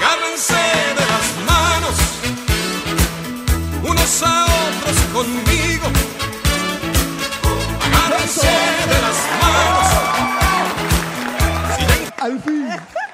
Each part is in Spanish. Tómense de las manos, unos a otros conmigo. Agárrense de las manos. Si ya Al fin.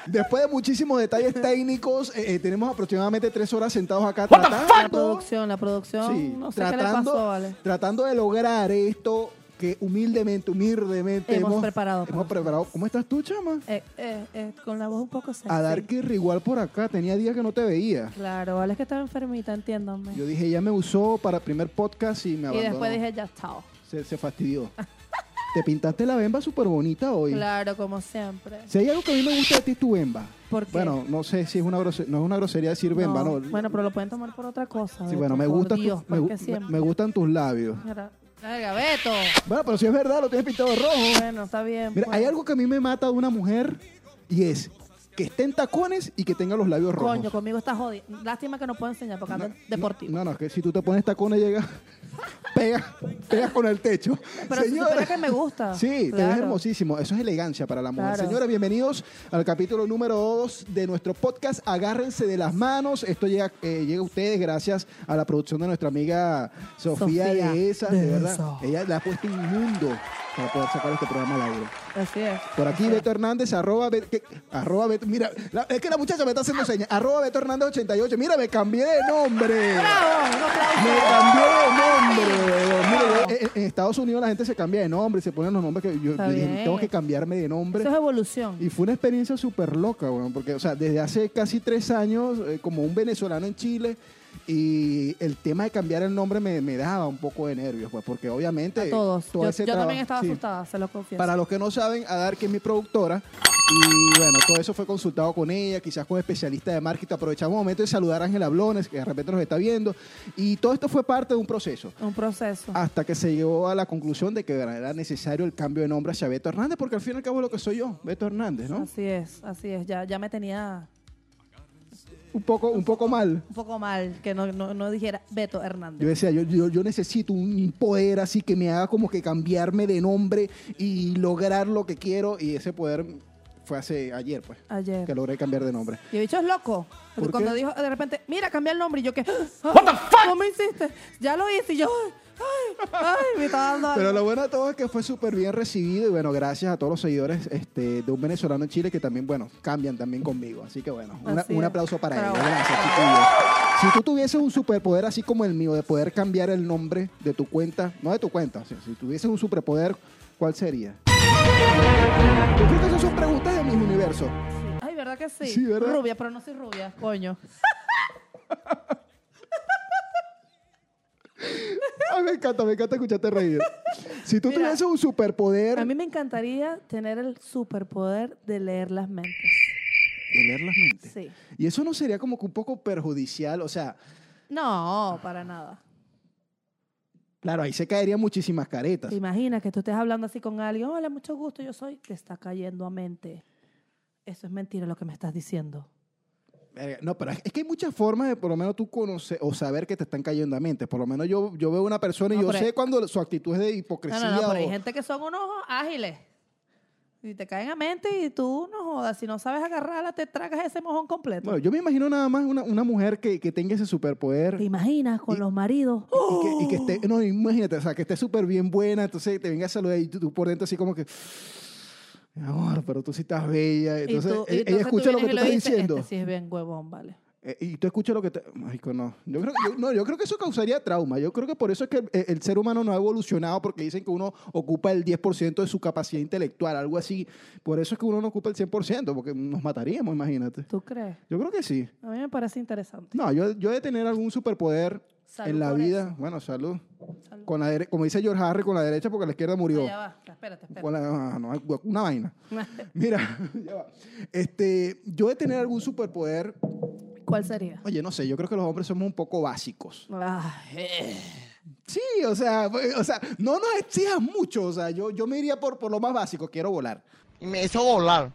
Después de muchísimos detalles técnicos, eh, eh, tenemos aproximadamente tres horas sentados acá La tratando, producción, la producción. Sí, no sé qué le tratando, pasó, vale. tratando de lograr esto que humildemente, humildemente Hemos preparado pues. Hemos para preparado. ¿Cómo estás tú, chama? Eh, eh, eh, con la voz un poco sexy. A dar que igual por acá. Tenía días que no te veía. Claro, vale, es que estaba enfermita, entiéndanme. Yo dije, ella me usó para primer podcast y me y abandonó. después dije, ya chao. se, se fastidió. te pintaste la bemba súper bonita hoy. Claro, como siempre. Si hay algo que a mí me gusta de ti, es tu bemba. ¿Por qué? Bueno, no sé si es una grosería, no es una grosería decir bemba, ¿no? Bueno, pero lo pueden tomar por otra cosa. Sí, Beto, bueno, me, por gusta tu- Dios, me, porque gu- me- siempre. me gustan tus labios. Mira, verga, Beto. Bueno, pero si es verdad, lo tienes pintado de rojo. Bueno, está bien. Mira, pues. hay algo que a mí me mata de una mujer y es que esté en tacones y que tenga los labios rojos. Coño, conmigo está jodido. Lástima que no puedo enseñar porque ando deportivo. No, no, es que si tú te pones tacones llega, pega, pega con el techo. Pero si Señora. supone que me gusta. Sí, te Claro. ves hermosísimo. Eso es elegancia para la mujer. Claro. Señores, bienvenidos al capítulo número 2 de nuestro podcast. Agárrense de las manos. Esto llega, eh, llega a ustedes gracias a la producción de nuestra amiga Sofía, Sofía de esas, de verdad. Dehesa. Ella le ha puesto un mundo para poder sacar este programa al aire. Así es. Por aquí Beto Hernández, arroba, Bet- que- arroba Beto, mira, la- es que la muchacha me está haciendo señas, arroba Beto Hernández 88, mira, me cambié de nombre. ¡Bravo! Un aplauso. Me cambié de nombre. Mira, yo- en, en Estados Unidos la gente se cambia de nombre, se ponen los nombres que yo, Está yo dije, bien. tengo que cambiarme de nombre. Eso es evolución. Y fue una experiencia súper loca, weón, porque, o sea, desde hace casi tres años, eh, como un venezolano en Chile, y el tema de cambiar el nombre me, me daba un poco de nervios, pues, porque obviamente... A todos. todo Yo, ese yo también traba- estaba sí. asustada, se los confieso. Para los que no saben, Adar, que es mi productora, y bueno, todo eso fue consultado con ella, quizás con especialistas de marketing. Aprovechamos un momento de saludar a Ángela Blones, que de repente nos está viendo. Y todo esto fue parte de un proceso. Un proceso. Hasta que se llegó a la conclusión de que era necesario el cambio de nombre hacia Beto Hernández, porque al fin y al cabo es lo que soy yo, Beto Hernández, ¿no? Así es, así es. Ya, ya me tenía Un poco, un poco mal. un poco mal que no, no, no dijera Beto Hernández. Yo decía, yo, yo, yo necesito un poder así que me haga como que cambiarme de nombre y lograr lo que quiero. Y ese poder fue hace ayer, pues, Ayer. que logré cambiar de nombre. Y el bicho es loco. Porque ¿Por cuando qué? dijo de repente, mira, cambia el nombre. Y yo que, ¿What the fuck? ¿Cómo hiciste? Ya lo hice. Y yo, ay, ay, me estaba dando. Pero algo. lo bueno de todo es que fue súper bien recibido y bueno, gracias a todos los seguidores este, de un venezolano en Chile que también, bueno, cambian también conmigo. Así que bueno, una- Así un es. aplauso para Bravo. ellos. Gracias, chiquillos. Si tú tuvieses un superpoder así como el mío, de poder cambiar el nombre de tu cuenta, no de tu cuenta, si, si tuvieses un superpoder, ¿cuál sería? Yo creo que esas son preguntas de mis universos. Ay, ¿verdad que sí? Sí, ¿verdad? Rubia, pero no soy rubia, coño. Ay, me encanta, me encanta escucharte reír. Si tú Mira, tuvieses un superpoder... A mí me encantaría tener el superpoder de leer las mentes. De leer las mentes. Sí. Y eso no sería como que un poco perjudicial, o sea... No, para nada. Claro, ahí se caerían muchísimas caretas. ¿Te imaginas que tú estés hablando así con alguien? Hola, mucho gusto, yo soy. Te está cayendo a mente. Eso es mentira lo que me estás diciendo. Verga, No, pero es es que hay muchas formas de por lo menos tú conocer o saber que te están cayendo a mente. Por lo menos yo, yo veo una persona y No, yo pero- sé cuando su actitud es de No, hipocresía. no, no, pero hay o- gente que son unos ágiles. Y te caen a mente y tú no jodas. Si no sabes agarrarla, te tragas ese mojón completo. Bueno, yo me imagino nada más una, una mujer que, que tenga ese superpoder. ¿Te imaginas con Y- los maridos? Y que, y que esté, no, imagínate, o sea, que esté súper bien buena, entonces te venga a saludar y tú, tú por dentro así como que, mi amor, pero tú sí estás bella. Entonces, tú- y ella, entonces tú escucha lo que vienes tú estás y dices, diciendo. Este sí es bien huevón, vale. Eh, Y tú escuchas lo que te... Marico, no. Yo creo, yo- no, yo creo que eso causaría trauma. Yo creo que por eso es que el, el ser humano no ha evolucionado porque dicen que uno ocupa el 10% de su capacidad intelectual, algo así. Por eso es que uno no ocupa el 100% porque nos mataríamos, imagínate. ¿Tú crees? Yo creo que sí. A mí me parece interesante. No, yo, yo he de tener algún superpoder Salud en la por vida. Bueno, salud. Salud. Con la dere- como dice George Harry, con la derecha porque la izquierda murió. No, ya va, espérate, Con espérate. la- ah, no, una vaina. Mira, ya va. Este, yo he de tener algún superpoder. ¿Cuál sería? Oye, no sé, yo creo que los hombres somos un poco básicos. Ay, Sí, o sea, pues, o sea, no nos exijas mucho. O sea, yo, yo me iría por, por lo más básico, quiero volar. y me hizo volar.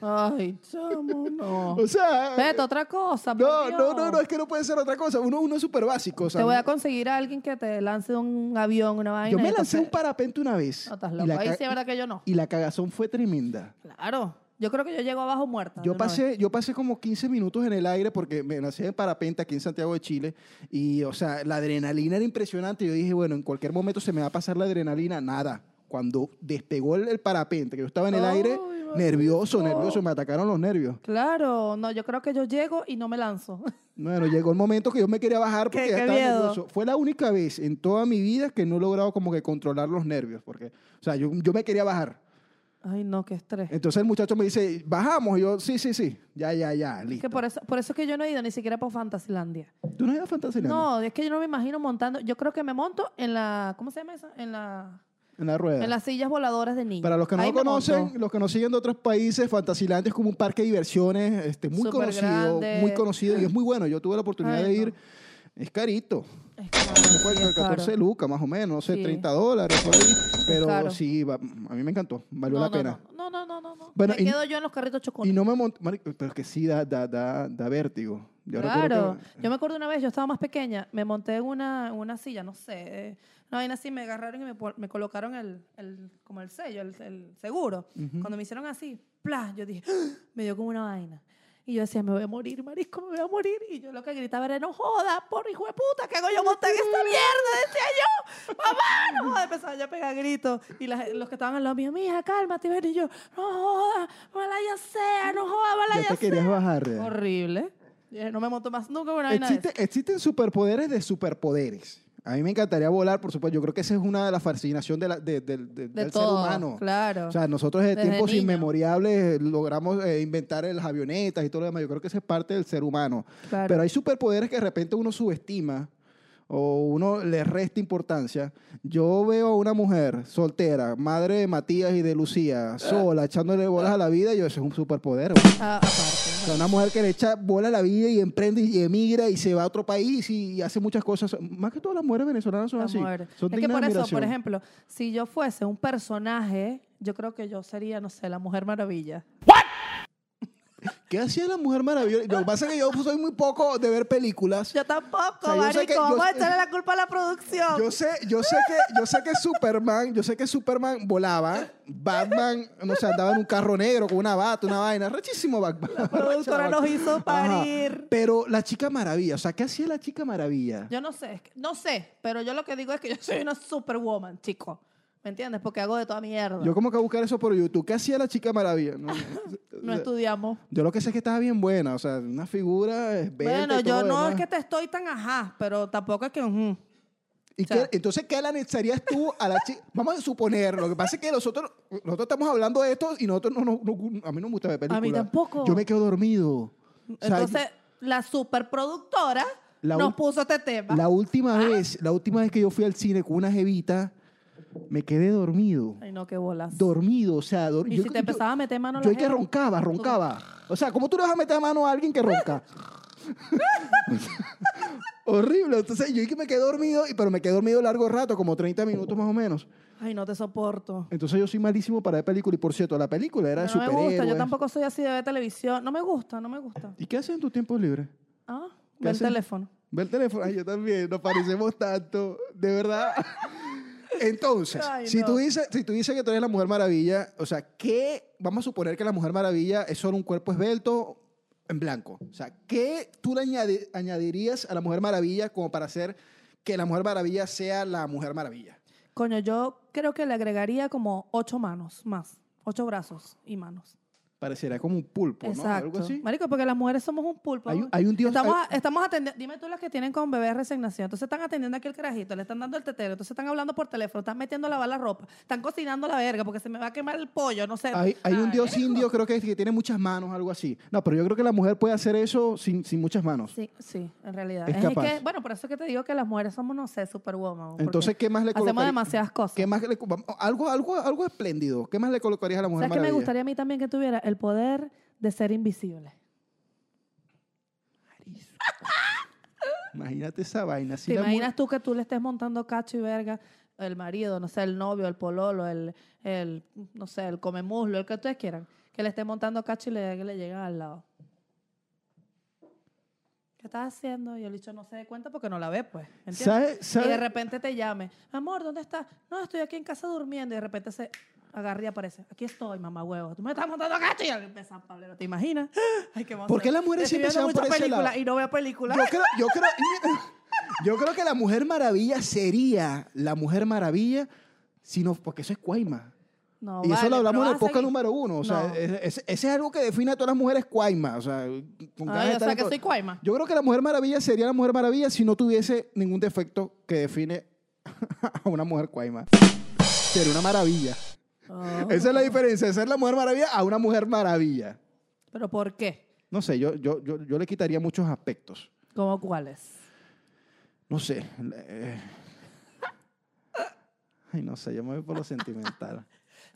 ay, chamo, no. O sea, eh, Vete, otra cosa. por no, no, no, Dios. no, es que no puede ser otra cosa. Uno, uno es súper básico. O sea, Te voy a conseguir a alguien que te lance de un avión, una vaina. yo y me lancé entonces- un parapente una vez. No estás Y loco. la, Ahí ca- sí es verdad que yo no. y la cagazón fue tremenda. Claro. Yo creo que yo llego abajo muerta. de Yo una vez. pasé, yo pasé como 15 minutos en el aire porque me nací en parapente aquí en Santiago de Chile y, o sea, la adrenalina era impresionante. Yo dije, bueno, en cualquier momento se me va a pasar la adrenalina. Nada. Cuando despegó el, el parapente, que yo estaba en el Ay, aire, marico. nervioso, nervioso, me atacaron los nervios. Claro, no, yo creo que yo llego y no me lanzo. Bueno, llegó el momento que yo me quería bajar porque Qué- ya qué estaba miedo. nervioso. Fue la única vez en toda mi vida que no he logrado como que controlar los nervios, porque, o sea, yo, yo me quería bajar. Ay, no, qué estrés. Entonces el muchacho me dice, bajamos. Y yo, sí, sí, sí, ya, ya, ya, listo. que por eso, por eso es que yo no he ido ni siquiera por Fantasylandia. ¿Tú no eras fantasía? No, es que yo no me imagino montando. Yo creo que me monto en la. ¿Cómo se llama esa? En la. En la rueda. En las sillas voladoras de niños. Eh. Para los que no Ahí lo me monto. conocen, los que nos siguen de otros países, Fantasilandia es como un parque de diversiones este, muy Súper conocido, grande. muy conocido y es muy bueno. Yo tuve la oportunidad Ay, de no. ir. Es carito. Es caro, Fue sí, es caro. 14 lucas, más o menos, no sé, Sí. 30 dólares por ahí. Pero caro. sí, va- a mí me encantó, valió No, la no, pena. No, no, no, no. no. Bueno, me y- quedo yo en los carritos chocones. Y no me monté, pero es que sí da, da, da, da vértigo. Yo recuerdo claro. que- Yo me acuerdo una vez, yo estaba más pequeña, me monté en una, en una silla, no sé, eh, una vaina así, me agarraron y me, pol- me colocaron el, el- como el sello, el, el seguro. Cuando me hicieron así, ¡plas! Yo dije, ¡Ah! me dio como una vaina. Y yo decía, me voy a morir, marisco, me voy a morir. Y yo lo que gritaba era, no joda, por hijo de puta, ¿qué hago yo montar en esta mierda? Decía yo, mamá, no joda. Empezaba yo a pegar gritos. Y la- los que estaban al lado mío, mija, cálmate, ven. Y yo, no joda, mala ya sea, no joda, mala Ya te ya, sea. querías bajar. ¿eh? Horrible. Dije, No me monto más nunca en una vaina de Existe- existen superpoderes de superpoderes. A mí me encantaría volar, por supuesto. Yo creo que esa es una de las fascinaciones de la- de- de- de- De del todo, ser humano. claro. O sea, nosotros desde, Desde tiempos niño. inmemoriales logramos eh, inventar las avionetas y todo lo demás. Yo creo que esa es parte del ser humano. Claro. Pero hay superpoderes que de repente uno subestima o uno le resta importancia. Yo veo a una mujer soltera, madre de Matías y de Lucía, sola, echándole bolas a la vida, y yo, eso es un superpoder. güey. esas. Ah, aparte. O sea, una mujer que le echa bola a la vida y emprende y emigra y se va a otro país y hace muchas cosas. Más que todas las mujeres venezolanas son Las así. mujeres. Son es que dignas por de eso, admiración. por ejemplo, si yo fuese un personaje, yo creo que yo sería, no sé, la Mujer Maravilla. ¿Qué hacía la mujer maravillosa? Lo que pasa es que yo soy muy poco de ver películas. Yo tampoco, O sea, yo sé marico. que yo- Vamos a echarle la culpa a la producción. Yo sé, yo sé que, yo sé que Superman, yo sé que Superman volaba, Batman, no sé, andaba en un carro negro con una bata, una vaina, rechísimo Batman. La productora nos hizo parir. Pero la chica maravilla, o sea, ¿qué hacía la chica maravilla? Yo no sé, es que- no sé, pero yo lo que digo es que yo soy una superwoman, chico. ¿Me entiendes? Porque hago de toda mierda. Yo como que a buscar eso por YouTube. ¿Qué hacía la chica maravilla? No, no estudiamos. Yo lo que sé es que estaba bien buena, o sea, una figura esbelta Bueno, y todo yo lo no demás. es que te estoy tan ajá, pero tampoco es que... ujú. ¿Y o sea- qué- entonces, ¿qué le anexarías tú a la chica? Vamos a suponer, lo que pasa es que nosotros, nosotros estamos hablando de esto y nosotros no, no- no- a mí no me gusta ver películas. A mí tampoco. Yo me quedo dormido. O sea, Entonces, la superproductora La nos ul- puso este tema. la última Ah. vez, la última vez que yo fui al cine con una jevita, me quedé dormido. Ay, no, qué bolas. Dormido, o sea, dormido. y si te empezaba a meter mano a la Yo es que jeva. roncaba, roncaba. O sea, ¿cómo tú le vas a meter mano a alguien que ronca? Horrible. Entonces, yo es que me quedé dormido, y- pero me quedé dormido largo rato, como 30 minutos más o menos. Ay, no te soporto. Entonces, yo soy malísimo para ver películas. Y por cierto, la película era de Pero no me gusta, yo superhéroes. tampoco soy así de ver televisión. No me gusta, no me gusta. ¿Y qué haces en tus tiempos libres? Ah, ¿Qué ver haces? teléfono. Ve el teléfono. Ay, yo también. Nos parecemos tanto. De verdad. Entonces, Ay, si, no. tú dices, si tú dices que tú eres la Mujer Maravilla, o sea, ¿qué? Vamos a suponer que la Mujer Maravilla es solo un cuerpo esbelto en blanco. O sea, ¿qué tú le añadi- añadirías a la Mujer Maravilla como para hacer que la Mujer Maravilla sea la Mujer Maravilla? Coño, yo creo que le agregaría como ocho manos más. Ocho brazos y manos. Pareciera como un pulpo, ¿no? Exacto. Algo así. Marico, porque las mujeres somos un pulpo. Hay un- hay un dios- Estamos, a- estamos atendiendo. Dime tú las que tienen con bebés recién nacidos. Entonces están atendiendo aquí el carajito, le están dando el tetero, entonces están hablando por teléfono, están metiendo a lavar la ropa, están cocinando la verga porque se me va a quemar el pollo, no sé. Hay, hay un dios Marico. indio, creo que, es- que tiene muchas manos, algo así. No, pero yo creo que la mujer puede hacer eso sin, sin muchas manos. Sí, sí, en realidad. Es Es, capaz. que, bueno, por eso es que te digo que las mujeres somos, no sé, superwoman. porque Entonces, ¿qué más le Hacemos colocaría- demasiadas cosas. ¿Qué más le- vamos, algo, algo, algo espléndido. ¿Qué más le colocarías a la mujer ¿Sabes qué me maravilla? gustaría a mí también que tuviera? El poder de ser invisible. Imagínate esa vaina. Si ¿Te la mu- imaginas tú que tú le estés montando cacho y verga? El marido, no sé, el novio, el pololo, el, el no sé, el come muslo, el que ustedes quieran. Que le estés montando cacho y le, que le llegan al lado. ¿Qué estás haciendo? Y el dicho no se dé cuenta porque no la ve, pues. ¿entiendes? ¿Sabe- Y sabe- de repente te llame. Amor, ¿dónde estás? No, estoy aquí en casa durmiendo. Y de repente se agarra y aparece. Aquí estoy, mamá huevo. Tú me estás montando cacho. Y empieza Pablo, ¿te imaginas? Ay, qué ¿Por qué las mujeres siempre Estoy se viendo van por muchas ese películas lado? Y no veo películas. Yo creo, yo creo, yo creo que la Mujer Maravilla sería la Mujer Maravilla, sino porque eso es Cuaima. No, y eso vale, lo hablamos pero en el vas a podcast seguir. número uno. O sea, No. es- es- ese es algo que define a todas las mujeres Cuaima. O sea, con ganas Ay, de Ah, o estar sea, en que todo. soy cuaima. Yo creo que la Mujer Maravilla sería la Mujer Maravilla si no tuviese ningún defecto que define a una mujer Cuaima. Sería una maravilla. Oh, Esa es la diferencia, de ser la Mujer Maravilla a una Mujer Maravilla. ¿Pero por qué? No sé, yo, yo, yo, yo le quitaría muchos aspectos. ¿Cómo cuáles? No sé. eh. Ay, no sé, yo me voy por lo sentimental.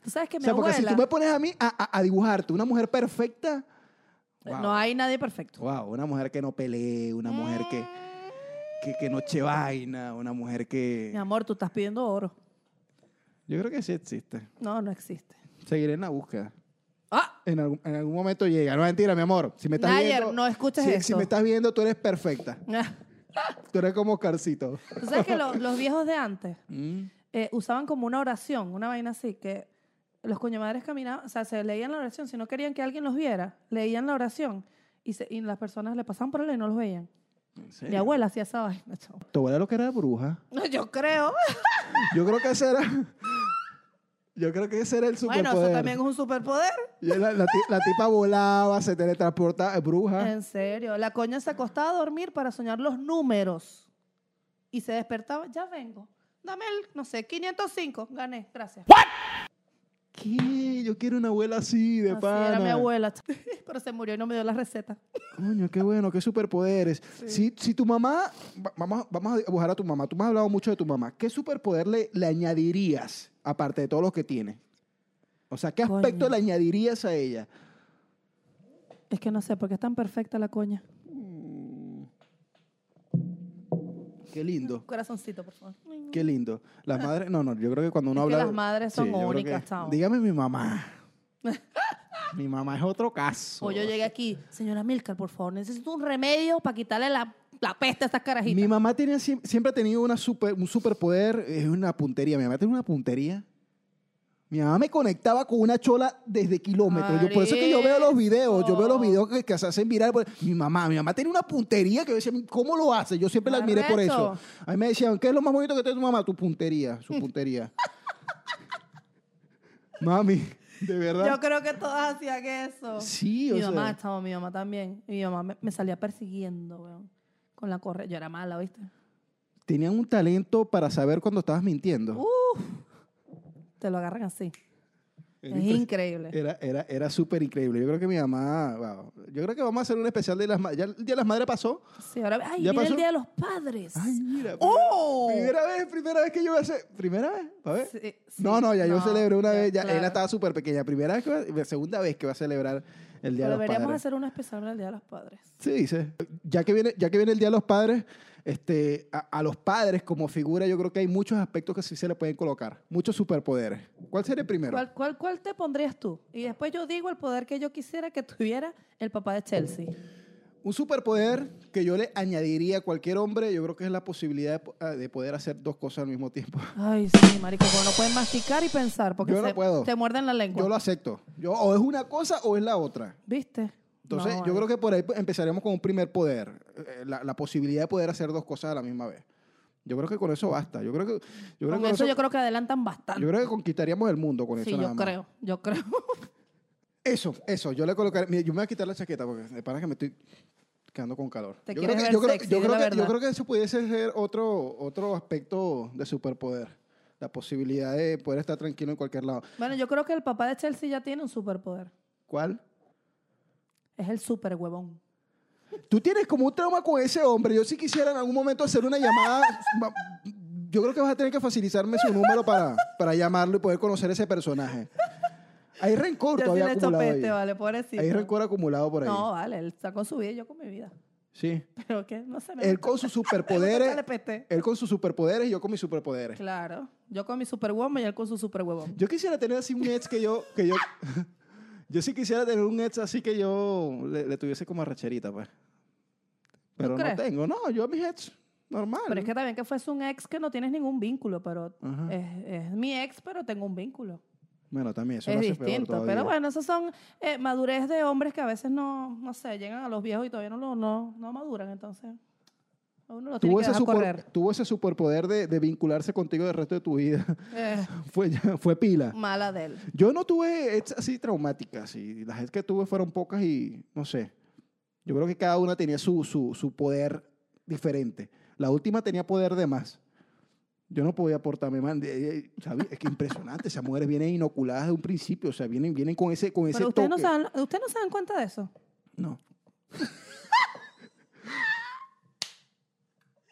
Tú sabes que o mi sea, porque abuela... si tú me pones a mí a, a- a dibujarte una mujer perfecta. wow. eh, No hay nadie perfecto. Wow, una mujer que no pelee, una mujer que, que, que no eche vaina, una mujer que. Mi amor, tú estás pidiendo oro. Yo creo que sí existe. No, no existe. Seguiré en la búsqueda. ¡Ah! En algún, en algún momento llega. No mentira, mi amor. Si me estás Nayer, viendo. no escuches si, Si esto. me estás viendo, tú eres perfecta. Tú eres como Carcito. Ah. Tú sabes que lo- los viejos de antes eh, usaban como una oración, una vaina así, que los coñamadres caminaban, o sea, se leían la oración. Si no querían que alguien los viera, leían la oración y, se- y las personas le pasaban por él y no los veían. Mi abuela hacía esa vaina, chavo. Tu abuela lo que era bruja. No, yo creo. Yo creo que ese era. Yo creo que ese era el Bueno, superpoder. eso también es un superpoder. Y la, la ti- la tipa volaba, se teletransportaba, es bruja. En serio. La coña se acostaba a dormir para soñar los números. Y se despertaba, ya vengo. Dame el, no sé, 505. Gané, gracias. ¿Qué? Yo quiero una abuela así, de Así pana. era mi abuela. Pero se murió y no me dio la receta. Coño, qué bueno, qué superpoderes. Si, si tu mamá, va- vamos, a- vamos a dibujar a tu mamá, tú me has hablado mucho de tu mamá, ¿qué superpoder le, le añadirías aparte de todos los que tiene? O sea, ¿qué aspecto Coño. le añadirías a ella? Es que no sé, porque es tan perfecta la coña. Qué lindo, Un corazoncito, por favor. qué lindo. Las madres, no, no, yo creo que cuando uno Es que habla... las madres son yo creo únicas, que- chavo. Dígame mi mamá. mi mamá es otro caso. O yo llegué aquí, señora Milcar, por favor, necesito un remedio para quitarle la, la peste a estas carajitas. Mi mamá tenía, siem- siempre ha tenido una super, un superpoder, es una puntería. Mi mamá tenía una puntería. Mi mamá me conectaba con una chola desde kilómetros. Yo, por eso es que yo veo los videos, yo veo los videos que, que se hacen viral. por- Mi mamá, mi mamá tenía una puntería que yo decía, ¿cómo lo hace? Yo siempre la admiré por eso. Arrecho. A mí me decían, ¿qué es lo más bonito que tiene tu mamá? Tu puntería, su puntería. Mami, de verdad. Yo creo que todas hacían eso. Sí, o Mi sea. mamá, chamo, mi mamá también. Mi mamá me, me salía persiguiendo, weón. Con la correa. Yo era mala, ¿viste? Tenían un talento para saber cuando estabas mintiendo. Uh, Te lo agarran así. Era es impres- increíble. Era, era, era súper increíble. Yo creo que mi mamá, wow. Yo creo que vamos a hacer un especial de las madres. Ya el Día de las Madres pasó. Sí, ahora, ay, ¿Ya viene pasó? el Día de los Padres. Ay, mira. ¡Oh! Primera vez, primera vez que yo voy a hacer. ¿Primera vez? ¿Pa' ver? Sí, sí, no, no, ya yo no, celebré una ya, vez. Ya, Ella claro. estaba súper pequeña. Primera vez que va- segunda vez que va a celebrar el Día de los Deberíamos Padres. hacer una especial para el Día de los Padres. Sí, dice. Ya que viene, ya que viene el Día de los Padres, este, a, a los padres como figura, yo creo que hay muchos aspectos que sí se le pueden colocar. Muchos superpoderes. ¿Cuál sería el primero? ¿Cuál, cuál, cuál te pondrías tú? Y después yo digo el poder que yo quisiera que tuviera el papá de Chelsea. Un superpoder que yo le añadiría a cualquier hombre, yo creo que es la posibilidad de po- ah, de, poder hacer dos cosas al mismo tiempo. Ay, sí, marico, porque no pueden masticar y pensar porque Yo no se- puedo. te muerden la lengua. Yo lo acepto. Yo, o es una cosa o es la otra. ¿Viste? Entonces, eh. yo creo que por ahí empezaremos con un primer poder, eh, la, la posibilidad de poder hacer dos cosas a la misma vez. Yo creo que con eso basta. Yo creo que, yo creo que con eso, yo creo que adelantan bastante. yo creo que conquistaríamos el mundo con sí, eso. nada yo más. creo, yo creo. Eso, eso. Yo le colocaré. mira, yo me voy a quitar la chaqueta porque me parece que me estoy quedando con calor. Te yo, creo quieres que, ver yo, creo, sexy, yo di creo la que, yo verdad. creo que eso pudiese ser otro, otro aspecto de superpoder. La posibilidad de poder estar tranquilo en cualquier lado. Bueno, yo creo que el papá de Chelsea ya tiene un superpoder. ¿Cuál? Es el super huevón. Tú tienes como un trauma con ese hombre. Yo sí quisiera en algún momento hacer una llamada. Va- Yo creo que vas a tener que facilitarme su número para, para llamarlo y poder conocer ese personaje. Hay rencor Yo sí todavía le echo acumulado peste, ahí. vale, pobrecito. Hay rencor acumulado por ahí. No, vale, él está con su vida y yo con mi vida. Sí. Pero que no se me Él gusta. con sus Me superpoderes. gusta echarle peste. Él con sus superpoderes y yo con mis superpoderes. Claro. Yo con mi superwoman y él con su superhuevón. Yo quisiera tener así un ex que yo. Que yo, yo sí quisiera tener un ex así que yo le, le tuviese como arrecherita, pues. Pero no crees? tengo. No, yo a mis ex. Normal. Pero es que también que fuese un ex que no tienes ningún vínculo, pero Ajá. es, es mi ex, pero tengo un vínculo. Bueno, también eso es lo hace peor distinto. todavía. Pero bueno, esos son eh, madurez de hombres que a veces no, no sé, llegan a los viejos y todavía no, lo, no, no maduran. Entonces, a uno lo tiene Tuvo que ese, dejar super, correr. tuvo ese superpoder de, de vincularse contigo el resto de tu vida. Eh, fue, ya- fue pila. mala de él. Yo no tuve hechas así traumáticas y las hechas que tuve fueron pocas y no sé. Yo creo que cada una tenía su, su, su poder diferente. La última tenía poder de más. Yo no podía portarme mal. Eh, eh, ¿sabes? Es que impresionante. Esas mujeres vienen inoculadas de un principio. O sea, vienen, vienen con ese, con ese Pero ustedes no, toque. se dan, ustedes no se dan cuenta de eso. No.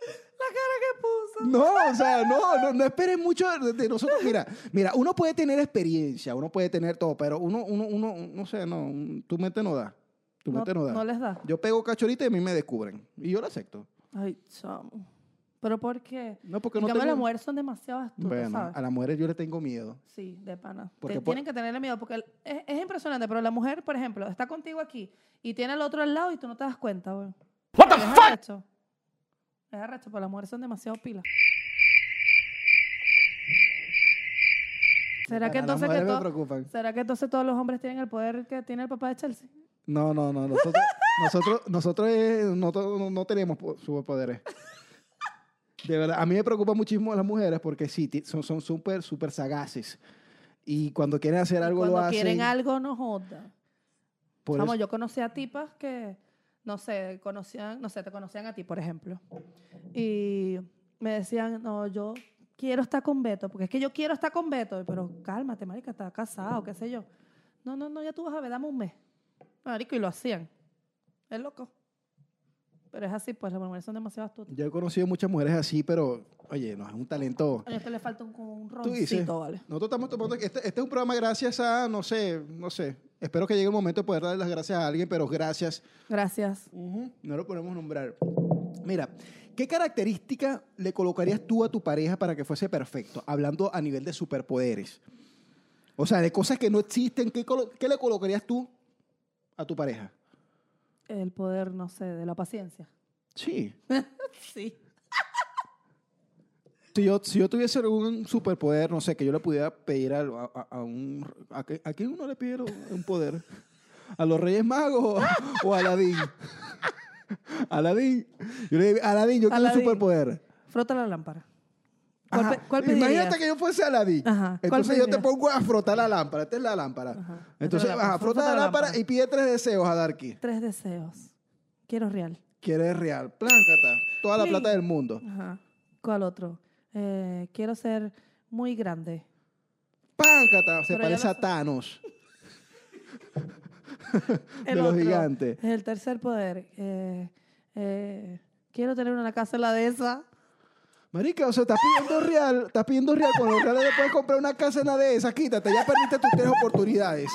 La cara que puso. No, o sea, no, no, no esperen mucho de, de nosotros. Mira, mira, uno puede tener experiencia, uno puede tener todo, pero uno, uno, uno, no sé, no, un- tu mente no da. Tu mente no da. no les da. Yo pego cachorita y a mí me descubren. Y yo lo acepto. Ay, chamo. ¿Pero por qué? No, porque en no cambio, tenía- las mujeres son demasiado astutas, bueno, ¿sabes? a las mujeres yo le tengo miedo. Sí, de pana. Porque Te- por- Tienen que tenerle miedo porque el- es, es impresionante, pero la mujer, por ejemplo, está contigo aquí y tiene al otro al lado y tú no te das cuenta, güey. What the fuck? Arrecho. Es arrecho, pero las mujeres son demasiado pilas. ¿Será que, Bueno, las entonces que mujeres me to- preocupan. ¿Será que entonces todos los hombres tienen el poder que tiene el papá de Chelsea? No, no, no. Nosotros, nosotros, nosotros eh, no, to- no- no tenemos po- superpoderes. De verdad, a mí me preocupa muchísimo las mujeres porque sí, ti- son son súper, súper sagaces. Y cuando quieren hacer algo Cuando lo hacen. quieren algo, no jodan. por Chamo, eso- yo conocía tipas que, no sé, conocían, no sé, te conocían a ti, por ejemplo. Y me decían, no, yo quiero estar con Beto, porque es que yo quiero estar con Beto. Y, Pero cálmate, marica, está casado, qué sé yo. No, no, no, ya tú vas a ver, dame un mes. Marico, y lo hacían. Es loco. Pero es así, pues las mujeres son demasiado astutas. Yo he conocido muchas mujeres así, pero oye, no es un talento. A esto le falta un, como un Tú dices, roncito, ¿vale? nosotros estamos tomando, este, este es un programa gracias a, no sé, no sé, espero que llegue el momento de poder darle las gracias a alguien, pero gracias, Gracias. no lo podemos nombrar. Mira, ¿qué característica le colocarías tú a tu pareja para que fuese perfecto? Hablando a nivel de superpoderes. O sea, de cosas que no existen, ¿qué, colo- qué le colocarías tú a tu pareja? El poder, no sé, de la paciencia. Sí. Sí. Si yo, si yo tuviese algún superpoder, no sé, que yo le pudiera pedir al- a, a- a un... ¿A, qué- a quién uno le pide un poder? ¿A los Reyes Magos o, o a Aladín? Aladín. Yo le digo, Aladín, yo quiero un Aladín. superpoder. Frota la lámpara. ¿Cuál, Ajá. pe- cuál pedirías? Imagínate que yo fuese Aladín. Ajá. ¿Cuál Entonces yo te pedirías? pongo a frotar la lámpara. Esta es la lámpara. Ajá. Esta es la Entonces, lámpara. ajá, frota la lámpara y pide tres deseos a Darky. Tres deseos. Quiero real. Quieres real. Pláncata. Toda la Sí. plata del mundo. Ajá. ¿Cuál otro? Eh, quiero ser muy grande. Pláncata. Se Pero ya parece lo a sé. Thanos. de El los otro, gigantes. El tercer poder. eh, eh, quiero tener una casa en la dehesa. Marica, o sea, estás pidiendo real, estás pidiendo real, con los reales le puedes comprar una casa en la de esas, quítate, ya perdiste tus tres oportunidades.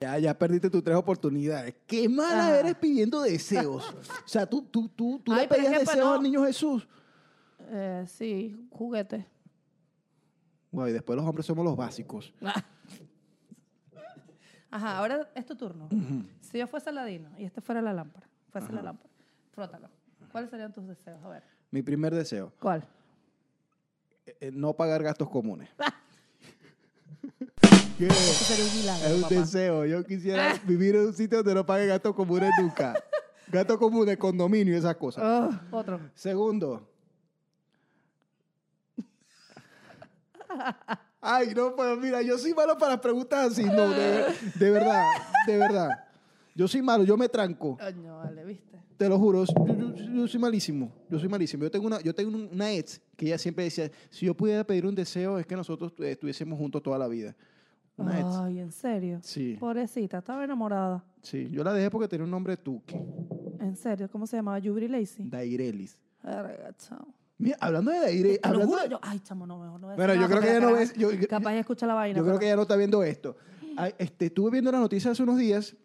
Ya, ya perdiste tus tres oportunidades. Qué mala Ajá. eres pidiendo deseos. O sea, tú, tú, tú, tú Ay, le pero es pedías que, pues, deseos al no. niño Jesús. Eh, sí, juguete. Bueno, y después los hombres somos los básicos. Ajá, ahora es tu turno. Si yo fuese Aladino y este fuera la lámpara, fuese la lámpara, frótalo. ¿Cuáles serían tus deseos? A ver. Mi primer deseo, ¿Cuál? eh, eh, no pagar gastos comunes. ¿Qué? Eso sería un milagro, Es un papá. Ah. deseo. Yo quisiera vivir en un sitio donde no pague gastos comunes nunca. Gastos comunes, condominio y esas cosas. Ah, otro. Segundo. Ay, no, pues mira, yo soy malo para las preguntas así. No, de, de verdad, de verdad. Yo soy malo, yo me tranco. Coño, vale, ¿viste? Te lo juro, yo, yo- yo soy malísimo. Yo soy malísimo. Yo tengo, una, yo tengo un- una ex que ella siempre decía, si yo pudiera pedir un deseo es que nosotros eh, estuviésemos juntos toda la vida. Una ex. Ay, ¿en serio? Sí. Pobrecita, estaba enamorada. Sí, yo la dejé porque tenía un nombre tuki, Oh. ¿En serio? ¿Cómo se llamaba? ¿Yubri Lacey? Dairelis. Verga, chamo. Mira, hablando de Dairelis, Te Eh, lo hablando juro, de- yo, ay, chamo, no mejor no voy a Bueno, yo decir nada creo que ella porque no capaz- ves- yo- yo- capaz ya escucha la vaina. Yo creo que pero- ya no está viendo esto. Ay, este, estuve viendo las noticias hace unos días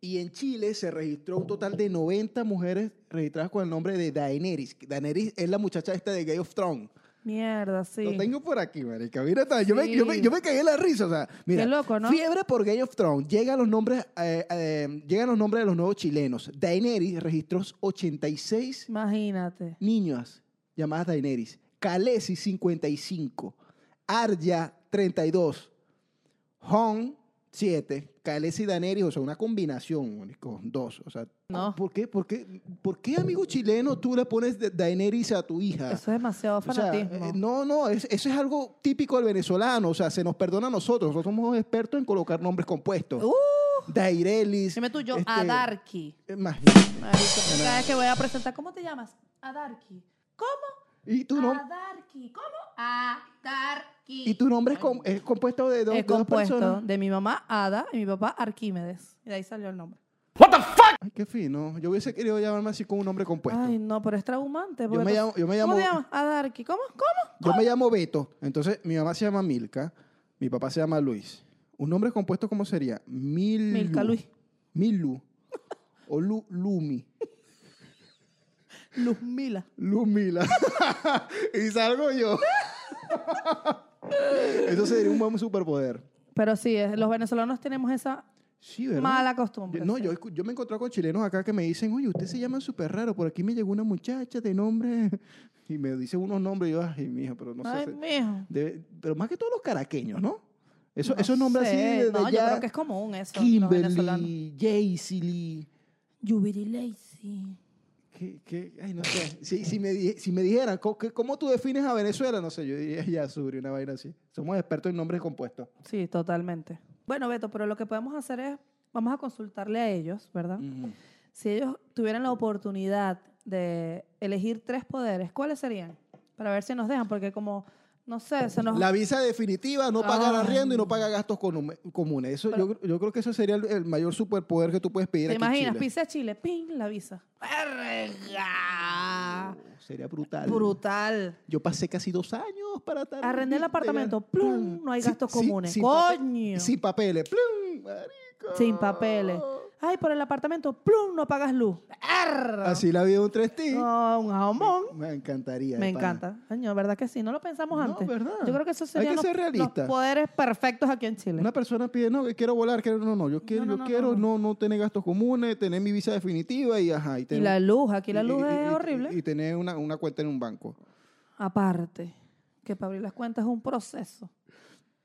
y en Chile se registró un total de 90 mujeres registradas con el nombre de Daenerys. Daenerys es la muchacha esta de Game of Thrones. Mierda, sí. Lo tengo por aquí, marica. Mira, está- yo, me, yo, me, Sí. yo me caí en la risa. O sea, mira, Qué loco, ¿no? fiebre por Game of Thrones. Llegan los nombres, eh, eh, llegan los nombres de los nuevos chilenos. Daenerys registró 86 Imagínate. niñas llamadas Daenerys. Khaleesi, 55. Arya, 32. Hong 7, Calesi y Daneris, o sea, una combinación, marico, dos. O sea, No. ¿por, qué, por, qué, ¿por qué, amigo chileno, tú le pones Da- Daenerys a tu hija? Eso es demasiado Ah. O sea, fanatismo. eh, no, no, es- eso es algo típico del venezolano. O sea, se nos perdona a nosotros. Nosotros somos expertos en colocar nombres compuestos. Uh, Dairelis. dime tú, yo, este, Adarki. eh, más- Marico, cada vez que voy a presentar, ¿cómo te llamas? Adarki. ¿Cómo? Y tu, Ah, nom- Adarki. ¿Cómo? Adarki. y tu nombre es, com- es compuesto de, dos- de Es dos compuesto personas. de mi mamá Ada y mi papá Arquímedes. Y de ahí salió el nombre. Ay, qué fino. Yo hubiese querido llamarme así con un nombre compuesto. Ay, no, pero es traumante. porque me entonces- llamo- yo me ¿Cómo llamo- te llamas? Adarki. ¿Cómo? ¿Cómo? Yo me llamo Beto. Entonces, mi mamá se llama Milka. Mi papá se llama Luis. ¿Un nombre compuesto cómo sería? Milu. Milka Luis. Milu. O Lu- Lumi. Luzmila. Lumila. y salgo yo. Eso sería un buen superpoder. Pero sí, es- los venezolanos tenemos esa Sí, ¿verdad? mala costumbre. Yo- no, sí. yo, escu- yo me encontré con chilenos acá que me dicen, oye, usted se llama súper raro, por aquí me llegó una muchacha de nombre... Y me dice unos nombres y yo, ay, mija, pero no Ay, sé... se- mijo. debe- pero más que todos los caraqueños, ¿no? Eso, No esos nombres así sé, de, de no, yo ya- creo que es común eso. los venezolanos. Kimberly, Jaycee Yubiri Lacey. ¿Qué, qué? Ay, no sé. Si, si, me, di- si me dijeran, ¿cómo, qué- cómo tú defines a Venezuela? No sé, yo diría ya sobre una vaina así. Somos expertos en nombres compuestos. Sí, totalmente. Bueno, Beto, pero lo que podemos hacer es, vamos a consultarle a ellos, ¿verdad? Mm. Si ellos tuvieran la oportunidad de elegir tres poderes, ¿cuáles serían? Para ver si nos dejan, porque como, no sé, se nos... La visa definitiva no paga Ay. arriendo y no paga gastos conume- comunes. Eso, yo, cre- yo creo que eso sería el, el mayor superpoder que tú puedes pedir ¿Te aquí en imaginas? Chile. Pise a Chile, ping, la visa. ¡Verga! Sería brutal. Brutal. Yo pasé casi dos años para estar... Arrendé el libre, apartamento, gan- plum, no hay Sin- gastos sin- comunes. sin pape- ¡Coño! Sin papeles, plum, marico. Sin papeles. Ay, por el apartamento, plum, no pagas luz. ¡Verga! Así la vida de un trestín. No, un jamón. Me encantaría. Me de pana. encanta. Año, ¿verdad que sí? No lo pensamos No, antes. ¿verdad? Yo creo que eso Hay serían que los, ser realista. los poderes perfectos aquí en Chile. Una persona pide, no, que quiero volar, quiero, no, no, yo quiero, no, yo no, quiero no. no, no tener gastos comunes, tener mi visa definitiva y ajá. Y, y tener, la luz, aquí la y- luz y- es y- horrible. Y, tener una, una cuenta en un banco. Aparte, que para abrir las cuentas es un proceso.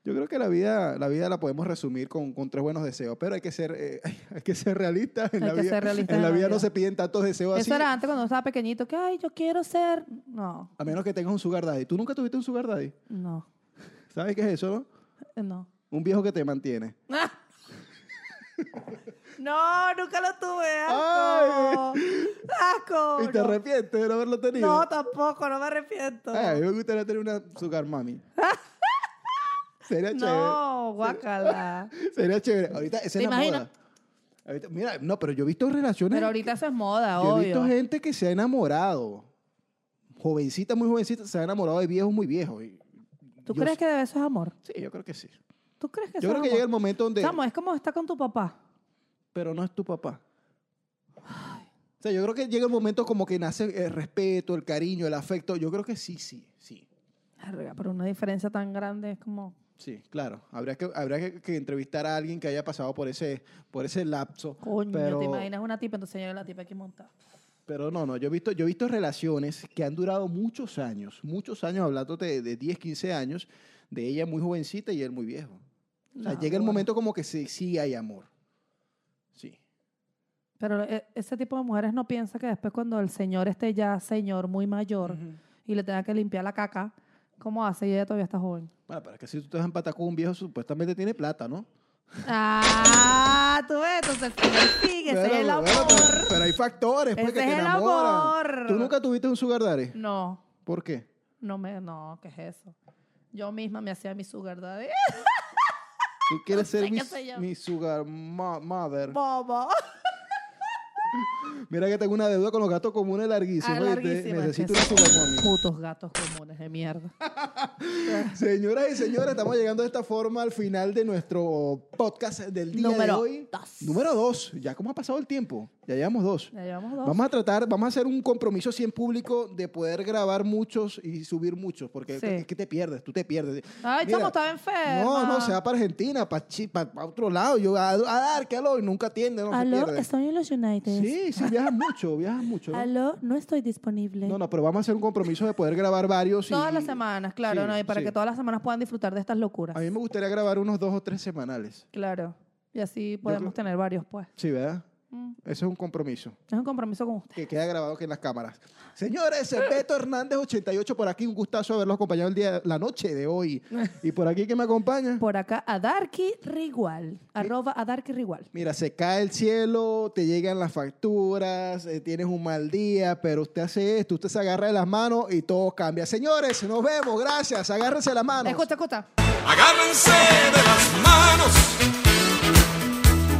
Yo creo que la vida la, vida la podemos resumir con, con tres buenos deseos, pero hay que ser, eh, hay que ser realistas. En Hay la que vida, ser realistas en la vida no se piden tantos deseos así. Eso era antes cuando estaba pequeñito, que, ay, yo quiero ser... No, A menos que tengas un sugar daddy. ¿Tú nunca tuviste un sugar daddy? no, eh, ¿Sabes qué es eso, no? no. Un viejo que te mantiene. ¡Ah! no, nunca lo tuve. ¡Asco! ¡Asco! ¿Y te no. arrepientes de no haberlo tenido? No, tampoco, no me arrepiento. Ay, a mí me gustaría tener una sugar mami. Sería chévere. no, guácala. Sería chévere. Ahorita, esa ¿Te es la imaginas? moda. Ahorita- mira, no, pero yo he visto relaciones. Pero ahorita eso es moda, yo he obvio. visto gente que se ha enamorado. Jovencita, muy jovencita, se ha enamorado de viejos muy viejos. Y ¿Tú yo crees sí- que de eso es amor? Sí, yo creo que sí. ¿Tú crees que Yo eso creo es que amor? llega el momento donde. Chamo, es como estar con tu papá. Pero no es tu papá. O sea, yo creo que llega el momento como que nace el respeto, el cariño, el afecto. Yo creo que sí, sí, sí. Verga, Pero una diferencia tan grande es como... Sí, claro. Habría que, habría que, que entrevistar a alguien que haya pasado por ese, por ese lapso. Coño, pero, te imaginas una tipa, entonces llega la tipa aquí montada. Pero no, no. Yo he visto, yo he visto relaciones que han durado muchos años, muchos años, hablándote de, de 10, 15 años, de ella muy jovencita y él muy viejo. O sea, No, llega el bueno. momento como que sí, sí hay amor. Sí. Pero eh, ese tipo de mujeres no piensa que después cuando el señor esté ya señor muy mayor y le tenga que limpiar la caca, ¿cómo hace? Y ella todavía está joven. Bueno, para que si tú te vas a empatar con un viejo, supuestamente tiene plata, ¿no? Ah, tú ves, entonces el señor sigue, ese es el Bueno, amor. bueno, pero, pero hay factores pues, Ese que te es el enamoran. amor. ¿Tú nunca tuviste un sugar daddy? No, ¿Por qué? no me, no, ¿qué es eso? Yo misma me hacía mi sugar daddy. ¡Eh, ¿Tú quieres sé ser mi, qué sé yo. mi sugar ma- mother? Bobo. Mira que tengo una deuda con los gatos comunes larguísima. Ah, ¿oíste? larguísima, Necesito una que sugar mommy. Putos gatos comunes de mierda. Señoras y señores, estamos llegando de esta forma al final de nuestro podcast del día Número de hoy. dos. Número dos. Ya cómo ha pasado el tiempo. Ya llevamos dos. Ya llevamos dos. Vamos a tratar, vamos a hacer un compromiso así en público de poder grabar muchos y subir muchos, porque Sí. es que te pierdes, tú te pierdes. Ay, chamo, estaba enferma. No, no, se va para Argentina, para, para, otro lado, yo a, a dar, que aló, y nunca atiende, no se Aló, pierde. estoy en los United. Sí, sí, viajas mucho, viajas mucho. ¿no? Aló, no estoy disponible. No, no, pero vamos a hacer un compromiso de poder grabar varios. y- Todas las semanas, claro, Sí, ¿no? Y para sí. que todas las semanas puedan disfrutar de estas locuras. A mí me gustaría grabar unos dos o tres semanales. Claro. Y así podemos creo- tener varios, pues. Sí, ¿verdad? Mm. Ese es un compromiso Es un compromiso con usted. que queda grabado aquí en las cámaras. Señores, Beto Hernández 88 por aquí. Un gustazo haberlos acompañado el día, la noche de hoy. Y por aquí, ¿quién me acompaña? Por acá, Adarki Rigual. Arroba Adarki Rigual. Mira, se cae el cielo, te llegan las facturas, eh, tienes un mal día, pero usted hace esto, usted se agarra de las manos y todo cambia. Señores, nos vemos, gracias, agárrense las manos. Escucha, escucha. Agárrense de las manos,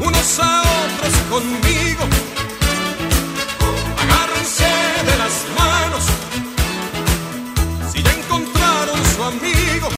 unos a otros conmigo.